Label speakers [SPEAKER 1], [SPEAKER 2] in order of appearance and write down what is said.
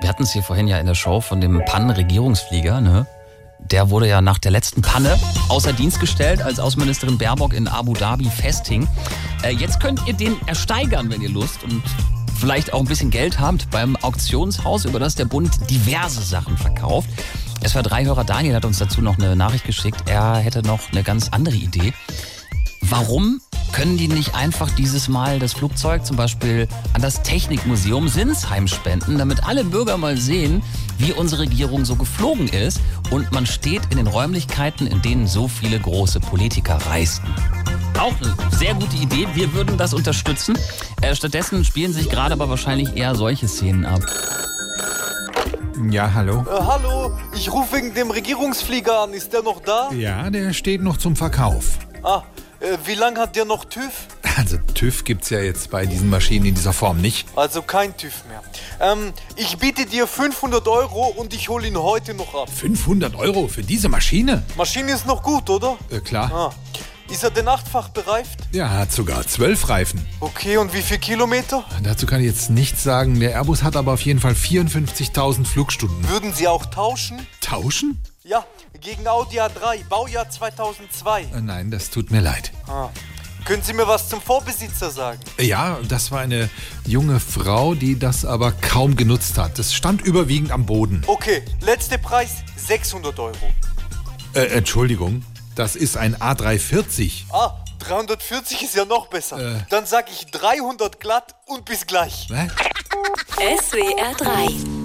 [SPEAKER 1] Wir hatten es hier vorhin ja in der Show von dem Pannen-Regierungsflieger, ne? Der wurde ja nach der letzten Panne außer Dienst gestellt, als Außenministerin Baerbock in Abu Dhabi festhing. Äh, jetzt könnt ihr den ersteigern, wenn ihr Lust und vielleicht auch ein bisschen Geld habt, beim Auktionshaus, über das der Bund diverse Sachen verkauft. Es war drei Hörer. Daniel hat uns dazu noch eine Nachricht geschickt. Er hätte noch eine ganz andere Idee. Warum können die nicht einfach dieses Mal das Flugzeug zum Beispiel an das Technikmuseum Sinsheim spenden, damit alle Bürger mal sehen, wie unsere Regierung so geflogen ist und man steht in den Räumlichkeiten, in denen so viele große Politiker reisten? Auch eine sehr gute Idee, wir würden das unterstützen. Äh, stattdessen spielen sich gerade aber wahrscheinlich eher solche Szenen ab.
[SPEAKER 2] Ja, hallo.
[SPEAKER 3] Äh, hallo, ich rufe wegen dem Regierungsflieger an. Ist der noch da?
[SPEAKER 2] Ja, der steht noch zum Verkauf.
[SPEAKER 3] Ah, äh, wie lange hat der noch TÜV?
[SPEAKER 2] Also TÜV gibt's ja jetzt bei diesen Maschinen in dieser Form nicht.
[SPEAKER 3] Also kein TÜV mehr. Ähm, ich biete dir 500 Euro und ich hole ihn heute noch ab.
[SPEAKER 2] 500 Euro für diese Maschine?
[SPEAKER 3] Maschine ist noch gut, oder?
[SPEAKER 2] Äh, klar.
[SPEAKER 3] Ah. Ist er denn achtfach bereift?
[SPEAKER 2] Ja, hat sogar zwölf Reifen.
[SPEAKER 3] Okay, und wie viel Kilometer?
[SPEAKER 2] Dazu kann ich jetzt nichts sagen. Der Airbus hat aber auf jeden Fall 54.000 Flugstunden.
[SPEAKER 3] Würden Sie auch tauschen?
[SPEAKER 2] Tauschen?
[SPEAKER 3] Ja, gegen Audi A3, Baujahr 2002.
[SPEAKER 2] Äh, Nein, das tut mir leid.
[SPEAKER 3] Ah. Können Sie mir was zum Vorbesitzer sagen?
[SPEAKER 2] Ja, das war eine junge Frau, die das aber kaum genutzt hat. Das stand überwiegend am Boden.
[SPEAKER 3] Okay, letzter Preis 600 Euro.
[SPEAKER 2] Äh, Entschuldigung, das ist ein A340.
[SPEAKER 3] Ah, 340 ist ja noch besser. Dann sag ich 300 glatt und bis gleich.
[SPEAKER 2] Ne?
[SPEAKER 4] SWR 3